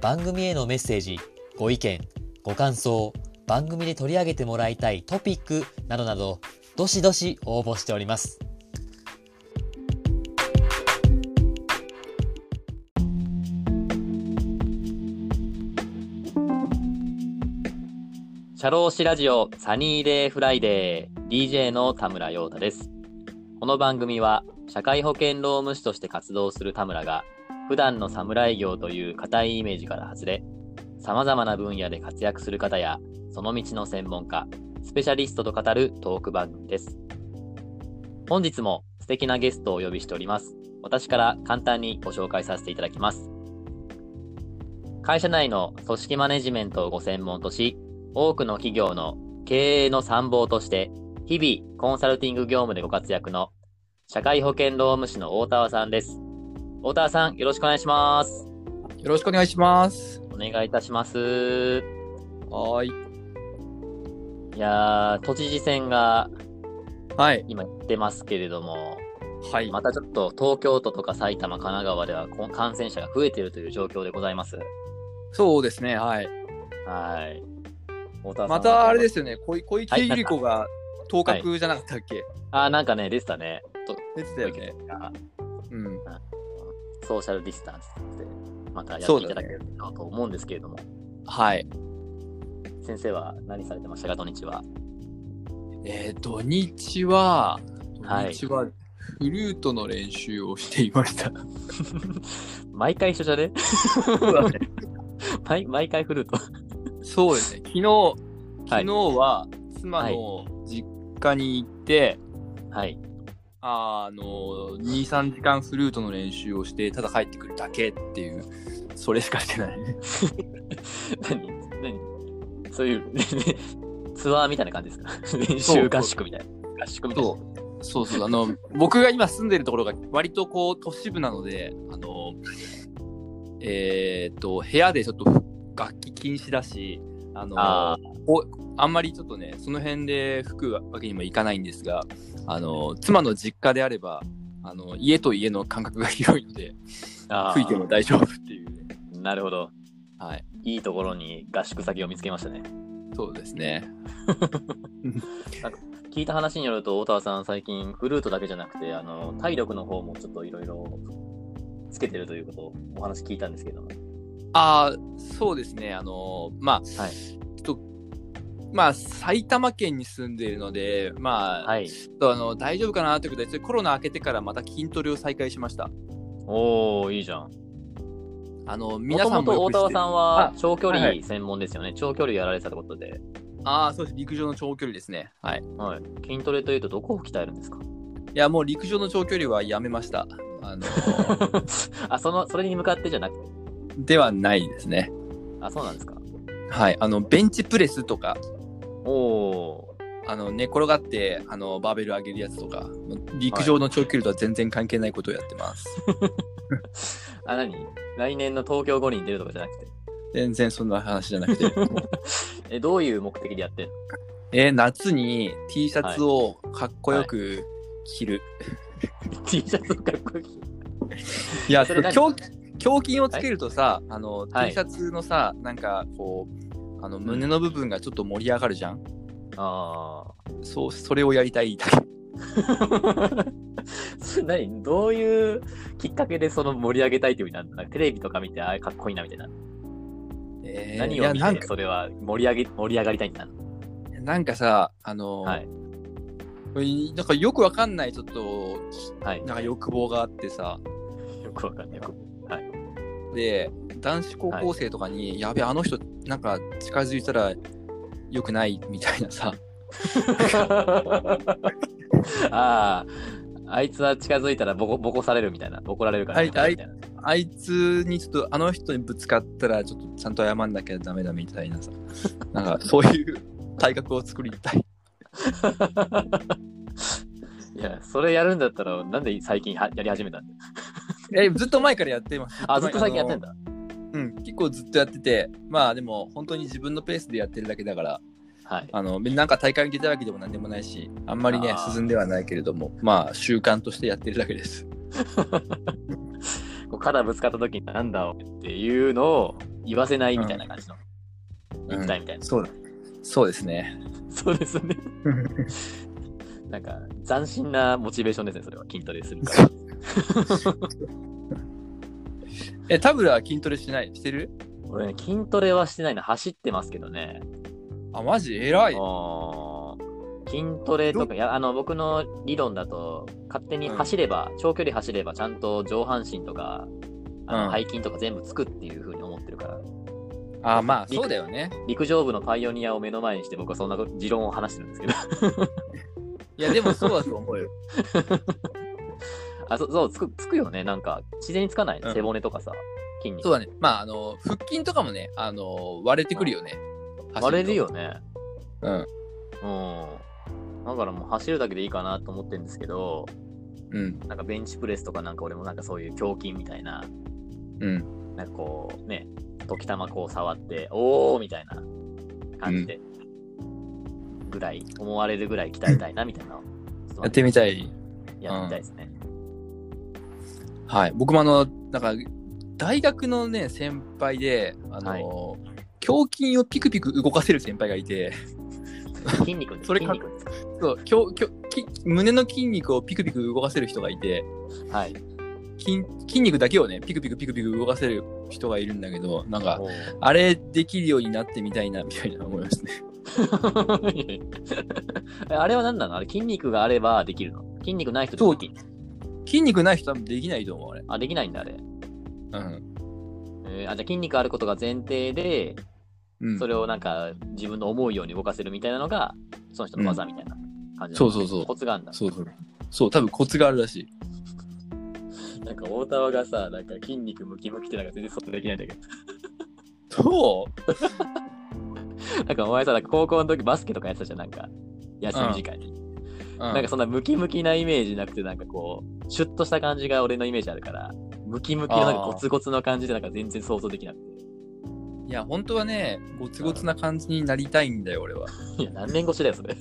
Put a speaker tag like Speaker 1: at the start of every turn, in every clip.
Speaker 1: 番組へのメッセージ、ご意見、ご感想、番組で取り上げてもらいたいトピックなどなど、どしどし応募しております。シャローシラジオサニーデーフライデー DJ の田村陽太です。この番組は社会保険労務士として活動する田村が普段の侍業という固いイメージから外れ、様々な分野で活躍する方や、その道の専門家、スペシャリストと語るトーク番組です。本日も素敵なゲストをお呼びしております。私から簡単にご紹介させていただきます。会社内の組織マネジメントをご専門とし、多くの企業の経営の参謀として、日々コンサルティング業務でご活躍の社会保険労務士の大田さんです。太田さん、よろしくお願いします。
Speaker 2: よろしくお願いします。
Speaker 1: お願いいたします。
Speaker 2: はーい。
Speaker 1: いやー、都知事選が
Speaker 2: はい。
Speaker 1: 今出ますけれども、
Speaker 2: はい。
Speaker 1: またちょっと東京都とか埼玉、神奈川ではこう感染者が増えているという状況でございます。
Speaker 2: そうですね。はい。
Speaker 1: はい。太田さん
Speaker 2: またあれですよね。小小池百合子が当確じゃなかったっけ、
Speaker 1: あー、なんかね、でしたね。
Speaker 2: 出てたよね。うん。
Speaker 1: ソーシャルディスタンスで、またやっていただければと思うんですけれども、
Speaker 2: はい。
Speaker 1: 先生は何されてましたか、土日は。
Speaker 2: えー、土日は、
Speaker 1: はい
Speaker 2: 土日はフルートの練習をしていました。
Speaker 1: 毎回一緒じゃね
Speaker 2: だ
Speaker 1: 毎毎回フルート。
Speaker 2: そうですね。昨日、昨日は妻の実家に行って、
Speaker 1: はい。
Speaker 2: あの、2、3時間フルートの練習をして、ただ帰ってくるだけっていう、それしかしてない。
Speaker 1: 何何そういう、ねね ツアーみたいな感じですか 練習合宿みたいな。合宿みたいな。
Speaker 2: そそうそう、あの、僕が今住んでるところが割とこう都市部なので、あの、えーっと、部屋でちょっと楽器禁止だし、あの、
Speaker 1: あ
Speaker 2: ああんまりちょっとね、その辺で吹くわけにもいかないんですが、あの、妻の実家であれば、あの家と家の間隔が広いので、
Speaker 1: あー
Speaker 2: 吹いても大丈夫っていうね、
Speaker 1: なるほど。
Speaker 2: はい、
Speaker 1: いいところに合宿先を見つけましたね。
Speaker 2: そうですね。
Speaker 1: 聞いた話によると、大田さん、最近、フルートだけじゃなくて、あの、体力の方もちょっといろいろつけてるということをお話聞いたんですけども。
Speaker 2: ああ、そうですね。あのーまあ、
Speaker 1: はい
Speaker 2: ちょっと、まあ、埼玉県に住んでいるので、まあ、
Speaker 1: はい
Speaker 2: ちょっとあの大丈夫かなということで、ちょっとコロナ明けてからまた筋トレを再開しました。
Speaker 1: おー、いいじゃん。
Speaker 2: あの、
Speaker 1: も
Speaker 2: 皆
Speaker 1: と
Speaker 2: さ
Speaker 1: も
Speaker 2: んもよ
Speaker 1: と大
Speaker 2: く知っ
Speaker 1: 田
Speaker 2: て
Speaker 1: さ
Speaker 2: る。
Speaker 1: んは
Speaker 2: あ
Speaker 1: 長距
Speaker 2: はいは
Speaker 1: 離専門ですよね。長距離やられてたということで。
Speaker 2: ああ、そうです。陸上の長距離ですね。はい。
Speaker 1: はい。筋トレというと、どこを鍛えるんですか
Speaker 2: いや、もう陸上の長距離はやめました。あの、
Speaker 1: あ、その、それに向かってじゃなくて。
Speaker 2: ではないですね。
Speaker 1: あ、そうなんですか。
Speaker 2: はい。あの、ベンチプレスとか、
Speaker 1: おー。
Speaker 2: あの、寝転がって、あの、バーベル上げるやつとか、陸上の長距離とは全然関係ないことをやってます。
Speaker 1: あ、何来年の東京五輪に出るとかじゃなくて。
Speaker 2: 全然そんな話じゃなくて。
Speaker 1: え、どういう目的でやってんの
Speaker 2: えー夏に T シャツをかっこよく着る。
Speaker 1: ?T シャツかっこいい。
Speaker 2: い、や、
Speaker 1: そ
Speaker 2: そ
Speaker 1: れ
Speaker 2: れ
Speaker 1: 何
Speaker 2: 胸胸筋をつけるとさ、あの
Speaker 1: はい
Speaker 2: T シャツのさ、なんかこうあの胸の部分がちょっと盛り上がるじゃん。
Speaker 1: あ
Speaker 2: そうそれをやりたいだけ。
Speaker 1: あ。それ 何どういうきっかけでその盛り上げたいというふうになるのなんかテレビとか見て、ああ、かっこいいなみたいな。
Speaker 2: えー
Speaker 1: 何
Speaker 2: いや
Speaker 1: を
Speaker 2: なん
Speaker 1: 見て、
Speaker 2: か
Speaker 1: それは盛り上げ、盛り上がりたいんだ。
Speaker 2: なんかさ、あの、
Speaker 1: はい
Speaker 2: これなんかよくわかんないちょっと
Speaker 1: はい。
Speaker 2: なんか欲望があってさ、
Speaker 1: よくわかんない。
Speaker 2: で男子高校生とかに、やべあの人なんか近づいたら良くないみたいなさ。
Speaker 1: ああ、あいつは近づいたらボコボコされるみたいな、ボコられるから、
Speaker 2: はいはい
Speaker 1: みたいな
Speaker 2: あいつにちょっとあの人にぶつかったらちょっとちゃんと謝んなきゃダメだみたい なさなんかそういう体格を作りたい
Speaker 1: いや、それやるんだったら、なんで最近はやり始めたんだ
Speaker 2: えずっと前からやってます
Speaker 1: あ、ずっと最近やってん
Speaker 2: だ
Speaker 1: だ。
Speaker 2: うん結構ずっとやっててまあでも本当に自分のペースでやってるだけだから
Speaker 1: はい。
Speaker 2: あのなんか大会に出たわけでも何でもないしあんまりね
Speaker 1: あー
Speaker 2: 進んではないけれどもまあ習慣としてやってるだけです
Speaker 1: こう肩ぶつかった時になんだお前っていうのを言わせないみたいな感じの。
Speaker 2: うん
Speaker 1: 言ったいみたいな。
Speaker 2: そうだそうです ね
Speaker 1: そうですね。なんか、斬新なモチベーションですね、それは。筋トレするか
Speaker 2: えタブラは筋トレしないしてる
Speaker 1: ら。俺ね、筋トレはしてないの、走ってますけどね。
Speaker 2: あマジ偉い
Speaker 1: あー筋トレとか、いや、あの、僕の理論だと、勝手に走れば、長距離走れば、ちゃんと上半身とか、あの
Speaker 2: うん
Speaker 1: 背筋とか全部つくっていう風に思ってるから、
Speaker 2: あまあそうだよね
Speaker 1: 陸上部のパイオニアを目の前にして、僕はそんな持論を話してるんですけど。
Speaker 2: いやでもそうだと思うよ
Speaker 1: あ、そう、そうつく、つくよね。なんか、自然につかない、
Speaker 2: うん
Speaker 1: 背骨とかさ、筋肉。
Speaker 2: そうだね。まあ、あの、腹筋とかもね、あの、割れてくるよね。
Speaker 1: 割れる
Speaker 2: よ。
Speaker 1: よね。
Speaker 2: うん。
Speaker 1: うん。だからもう走るだけでいいかなと思ってるんですけど、
Speaker 2: うん。
Speaker 1: なんかベンチプレスとかなんか俺もなんかそういう胸筋みたいな、
Speaker 2: うん。
Speaker 1: なんかこうね、時たまこう触って、おーみたいな感じで、ぐらい、思われるぐらい鍛えたいなみたいな。ちょ
Speaker 2: やってみた
Speaker 1: い。
Speaker 2: い。
Speaker 1: やってみたいですね。
Speaker 2: はい。僕もあの、なんか、大学のね、先輩で、あの、
Speaker 1: はい
Speaker 2: 胸筋をピクピク動かせる先輩がいて、
Speaker 1: 筋肉です。
Speaker 2: それ
Speaker 1: 筋
Speaker 2: か
Speaker 1: 肉です。
Speaker 2: そう 胸胸き胸の筋肉をピクピク動かせる人がいて
Speaker 1: はい。
Speaker 2: 筋、筋肉だけをね、ピクピクピクピク動かせる人がいるんだけど、なんか、
Speaker 1: おー
Speaker 2: あれできるようになってみたいな、みたいな思いますね。
Speaker 1: あれは何なのあれ筋肉があればできるの筋肉ない人できる
Speaker 2: 筋肉ない人多分できないと思う、あれ。
Speaker 1: あ、できないんだ、あれ。
Speaker 2: うん。
Speaker 1: えーあじゃあ筋肉あることが前提で、
Speaker 2: うん
Speaker 1: それをなんか自分の思うように動かせるみたいなのが、その人の技みたいな感じなの、
Speaker 2: そうそうそう
Speaker 1: コツがあるんだ。
Speaker 2: そうそう。そう、多分コツがあるらしい。
Speaker 1: なんか大沢がさ、なんか筋肉ムキムキってなんか全然そんなできないんだけ
Speaker 2: そ
Speaker 1: ど。なんかお前さ、なんか高校の時バスケとかやってたじゃん、なんか。休み時間に、
Speaker 2: う、
Speaker 1: なんかそんなムキムキなイメージなくて、なんかこう、シュッとした感じが俺のイメージあるから、ムキムキのなんか
Speaker 2: あー
Speaker 1: コツコツの感じでなんか全然想像できなく
Speaker 2: いや、本当はね、ゴツゴツな感じになりたいんだよ、俺は。
Speaker 1: て。いや、何年越しだよ、それ。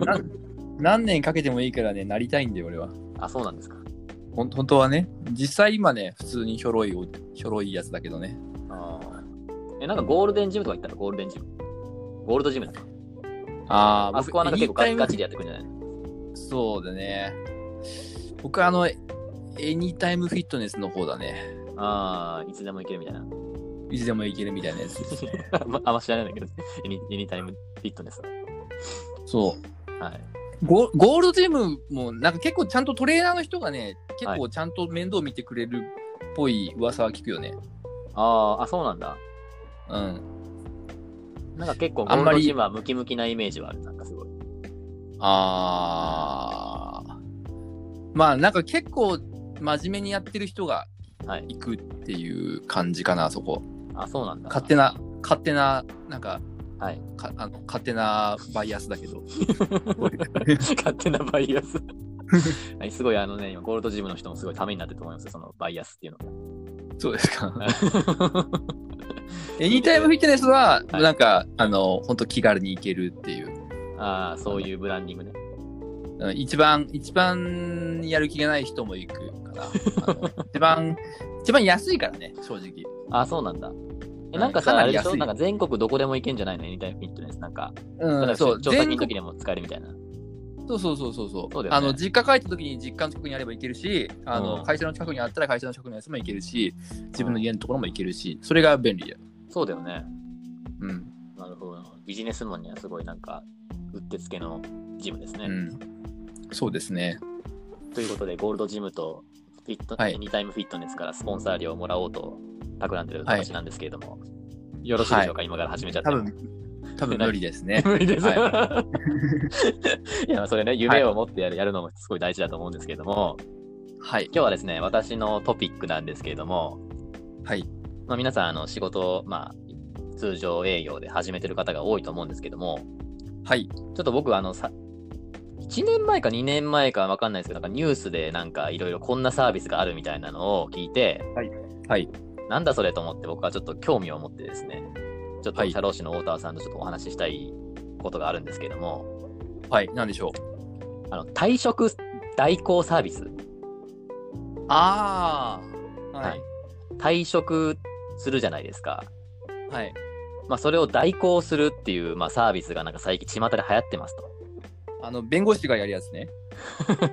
Speaker 2: な 何年かけてもいいからね、なりたいんだよ、俺は。
Speaker 1: あ、そうなんですか。
Speaker 2: ほん本当はね、実際今ね、普通にひょろいお、ひょろいやつだけどね。
Speaker 1: あーえ、なんかゴールデンジムとか行ったらゴールデンジム。ゴールドジムだっけ
Speaker 2: あ
Speaker 1: あそこはなんか結構ガチガチで
Speaker 2: で。
Speaker 1: やってくるんじゃないの
Speaker 2: そうだね。僕あの、エニタイムフィットネスの方だね。
Speaker 1: ああ、いつでも行けるみたいな。
Speaker 2: いつでもいけるみたいなやつ。
Speaker 1: あんまあんま知らないんだけど、エニエニタイムフィットネス。
Speaker 2: そう。
Speaker 1: はい。
Speaker 2: ゴゴールドジムもなんか結構ちゃんとトレーナーの人がね結構ちゃんと面倒見てくれるっぽい噂は聞くよね、
Speaker 1: あーあ、そうなんだ。
Speaker 2: うん
Speaker 1: なんか結構ゴ
Speaker 2: あん
Speaker 1: ー
Speaker 2: ま
Speaker 1: ルド
Speaker 2: り
Speaker 1: ジムはムキムキなイメージはある。なんかすごい。
Speaker 2: あーまあなんか結構真面目にやってる人が
Speaker 1: はい
Speaker 2: 行くっていう感じかなそこ
Speaker 1: あ、そうなんだ。
Speaker 2: 勝手な勝手ななんか
Speaker 1: はい。
Speaker 2: かあの勝手なバイアスだけど
Speaker 1: 勝手なバイアス。はい、すごいあのね、今ゴールドジムの人もすごいためになってると思いますよそのバイアスっていうの
Speaker 2: そうですか
Speaker 1: が。
Speaker 2: エニタイムフィットネスは
Speaker 1: はい
Speaker 2: なんか、あの本当気軽に行けるっていう
Speaker 1: ああ、そういうブランディングね。
Speaker 2: うん一番、一番やる気がない人も行くから、あの一番、一番安いからね、正直。
Speaker 1: ああ、そうなんだ。え、
Speaker 2: うん
Speaker 1: なんかさ、
Speaker 2: かな
Speaker 1: あ
Speaker 2: り
Speaker 1: れでし
Speaker 2: 安
Speaker 1: ょ
Speaker 2: い
Speaker 1: なんか全国どこでも行けんじゃないのエニタイムフィットネス。なんか、
Speaker 2: うん、そう、
Speaker 1: 調査金
Speaker 2: 全
Speaker 1: の時
Speaker 2: 国。
Speaker 1: でも使えるみたいな。
Speaker 2: そうそうそうそうそう
Speaker 1: そうだよね
Speaker 2: あの、実家帰った時に実家の近くにあれば行けるし、あの、
Speaker 1: うん
Speaker 2: 会社の近くにあったら会社の近くのやつも行けるし、自分の家のところも行けるし、それが便利だよ。
Speaker 1: そうだよね。
Speaker 2: うん。
Speaker 1: なるほど。ビジネスマンにはすごいなんか、うってつけのジムですね。
Speaker 2: うん。そうですね。
Speaker 1: ということで、ゴールドジムとフィット、
Speaker 2: はい
Speaker 1: エニタイムフィットネスからスポンサー料をもらおうと企んでる話なんですけれども、よろしいでしょうか、今から始めちゃって。
Speaker 2: 多分、多分無理です ね。
Speaker 1: 無理です。、
Speaker 2: は い
Speaker 1: や、それね、夢を持ってやる,、やるのもすごい大事だと思うんですけれども、
Speaker 2: はい。
Speaker 1: 今日はですね、私のトピックなんですけれども、
Speaker 2: はい。
Speaker 1: まあ、皆さん、あの、仕事を、まあ、通常営業で始めてる方が多いと思うんですけども、
Speaker 2: はい。
Speaker 1: ちょっと僕、あの、さ、1年前か2年前かわかんないですけど、なんかニュースでなんかいろいろこんなサービスがあるみたいなのを聞いて、
Speaker 2: はいはい
Speaker 1: なんだそれと思って僕はちょっと興味を持ってですね、ちょっ
Speaker 2: は
Speaker 1: と
Speaker 2: い
Speaker 1: 社労士の大田さんとちょっとお話ししたいことがあるんですけれども、
Speaker 2: はい。なんでしょう。
Speaker 1: あの、退職代行サービス、
Speaker 2: ああ。は
Speaker 1: はいい。退職するじゃないですか。
Speaker 2: はい。
Speaker 1: まあ、それを代行するっていう、まあ、サービスがなんか最近巷で流行ってますと。
Speaker 2: あの、弁護士がやるやつね。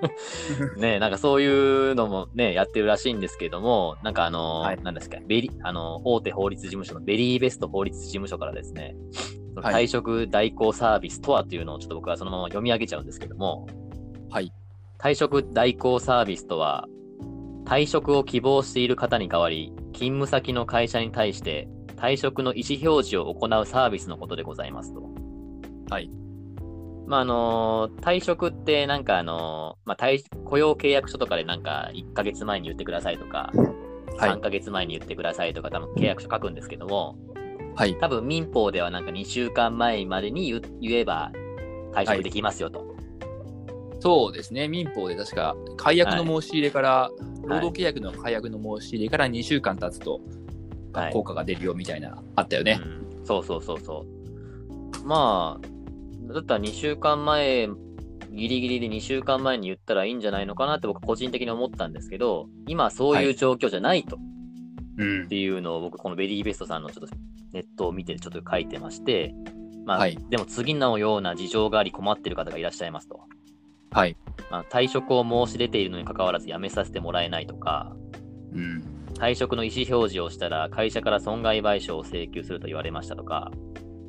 Speaker 1: ねなんかそういうのもね、やってるらしいんですけども、なんかあの、
Speaker 2: はい
Speaker 1: なんですか、ベリ、あの、大手法律事務所のベリーベスト法律事務所からですね、その
Speaker 2: はい
Speaker 1: 退職代行サービスとはっていうのをちょっと僕はそのまま読み上げちゃうんですけども、
Speaker 2: はい。
Speaker 1: 退職代行サービスとは、退職を希望している方に代わり、勤務先の会社に対して退職の意思表示を行うサービスのことでございますと。
Speaker 2: はい。
Speaker 1: まあ、あのー退職ってなんかあのーまあ、退雇用契約書とかでなんか1ヶ月前に言ってくださいとか、
Speaker 2: はい
Speaker 1: 3ヶ月前に言ってくださいとか、多分契約書書くんですけども、
Speaker 2: はい。
Speaker 1: 多分民法ではなんか2週間前までに言う言えば退職できますよと。
Speaker 2: そうですね。民法で確か、解約の申し入れから、労働契約の解約の申し入れから2週間経つと、
Speaker 1: はい
Speaker 2: 効果が出るよみたいな、あったよね。
Speaker 1: うんそうそうそうそう。まあ、だったら2週間前、ギリギリで2週間前に言ったらいいんじゃないのかなって僕個人的に思ったんですけど、今そういう状況じゃないと。
Speaker 2: うん
Speaker 1: っ。ていうのを僕このベリーベストさんのちょっとネットを見てちょっと書いてまして、まあ
Speaker 2: はい
Speaker 1: でも次のような事情があり困っている方がいらっしゃいますと、
Speaker 2: はい。
Speaker 1: まあ、退職を申し出ているのに関わらず辞めさせてもらえないとか
Speaker 2: うん。
Speaker 1: 退職の意思表示をしたら会社から損害賠償を請求すると言われましたとか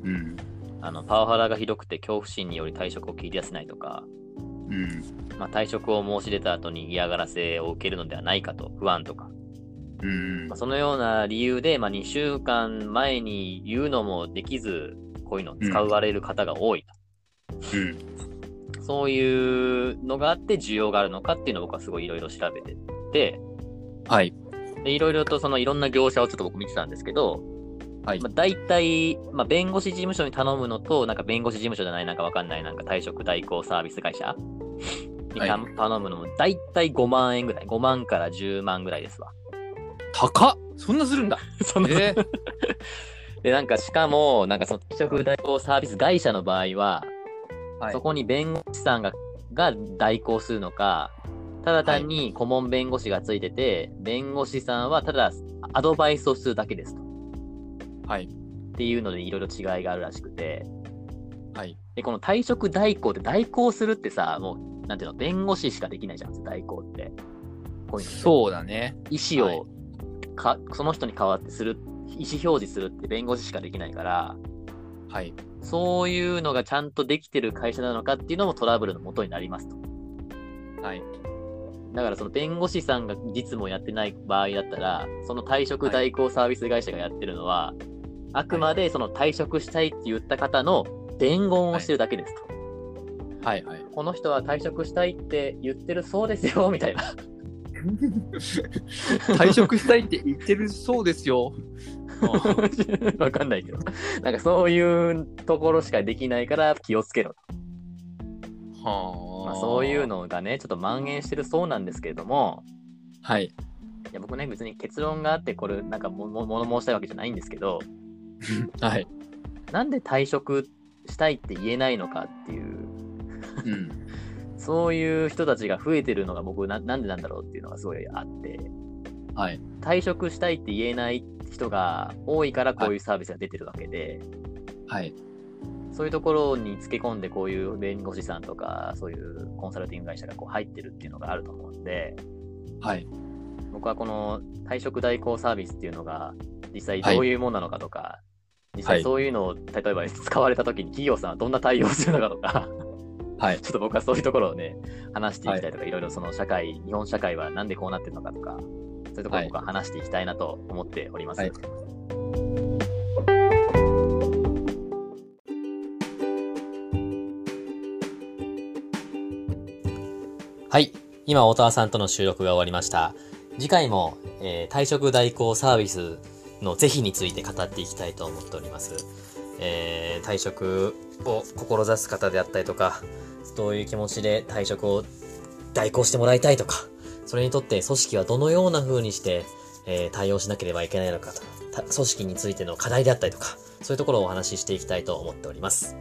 Speaker 2: うん。
Speaker 1: あのパワハラがひどくて恐怖心により退職を切り出せないとか、
Speaker 2: うん。
Speaker 1: まあ、退職を申し出た後に嫌がらせを受けるのではないかと不安とか
Speaker 2: うん
Speaker 1: まあ、そのような理由で、まあ、2週間前に言うのもできず、こういうのを使われる方が多い
Speaker 2: うん。
Speaker 1: と、そういうのがあって、需要があるのかっていうのを僕はすごいいろいろ調べてって、
Speaker 2: はい。
Speaker 1: でいろいろとそのいろんな業者をちょっと僕見てたんですけど、
Speaker 2: はい
Speaker 1: まあ、。大体、まあ、弁護士事務所に頼むのと、なんか弁護士事務所じゃない、なんかわかんない、なんか退職代行サービス会社にた
Speaker 2: は
Speaker 1: 頼むのも、大体5万円ぐらい、5万から10万ぐらいですわ。
Speaker 2: 高っそんなするんだ
Speaker 1: そんな
Speaker 2: え
Speaker 1: で、なんかしかも、なんかその退職代行サービス会社の場合は、
Speaker 2: はい
Speaker 1: そこに弁護士さんがが代行するのか、ただ単に顧問弁護士がついてて、弁護士さんはただアドバイスをするだけですと。
Speaker 2: はい。
Speaker 1: っていうので、いろいろ違いがあるらしくて、
Speaker 2: はい。
Speaker 1: で、この退職代行って代行するってさ、もう、なんていうの、弁護士しかできないじゃん、代行って。こういうのって
Speaker 2: そうだね。
Speaker 1: 意思をか、その人に代わってする、意思表示するって弁護士しかできないから、
Speaker 2: はい。
Speaker 1: そういうのがちゃんとできてる会社なのかっていうのもトラブルの元になりますと。
Speaker 2: はい。
Speaker 1: だからその弁護士さんが実務をやってない場合だったら、その退職代行サービス会社がやってるのは、あくまでその退職したいって言った方の伝言をしてるだけですと。
Speaker 2: はい。はい。
Speaker 1: この人は退職したいって言ってるそうですよ、みたいな。
Speaker 2: 退職したいって言ってるそうですよ。
Speaker 1: わかんないけど。なんかそういうところしかできないから気をつけろと。
Speaker 2: は
Speaker 1: まあ、そういう。のがね、ちょっと蔓延してるそうなんですけれども、
Speaker 2: はい。
Speaker 1: いや僕ね別に結論があってこれなんかもも物申したいわけじゃないんですけど
Speaker 2: はい。
Speaker 1: なんで退職したいって言えないのかっていう
Speaker 2: うん。
Speaker 1: そういう人たちが増えてるのが僕ななんでなんだろうっていうのがすごいあって
Speaker 2: はい。
Speaker 1: 退職したいって言えない人が多いからこういうサービスが出てるわけで、
Speaker 2: はい。
Speaker 1: そういうところにつけ込んでこういう弁護士さんとかそういうコンサルティング会社がこう入ってるっていうのがあると思うんで
Speaker 2: はい。
Speaker 1: 僕はこの退職代行サービスっていうのが実際どういうものなのかとか、実
Speaker 2: は
Speaker 1: 際
Speaker 2: い
Speaker 1: そういうのを例えば 使われた時に企業さんはどんな対応するのかとか、
Speaker 2: はい
Speaker 1: ちょっと僕はそういうところをね話していきたいとか、い、ろいろその社会日本社会はなんでこうなってるのかとかそういうところを僕は話していきたいなと思っております。
Speaker 2: はい
Speaker 1: はい。今、大沢さんとの収録が終わりました。次回も、えー退職代行サービスの是非について語っていきたいと思っております。えー退職を志す方であったりとか、どういう気持ちで退職を代行してもらいたいとか、それにとって組織はどのような風にして、えー対応しなければいけないのかとた組織についての課題であったりとか、そういうところをお話ししていきたいと思っております。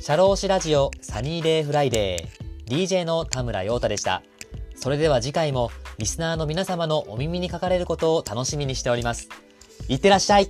Speaker 1: シャローシラジオサニーデイフライデー DJ の田村陽太でした。それでは次回もリスナーの皆様のお耳にかかれることを楽しみにしております。いってらっしゃい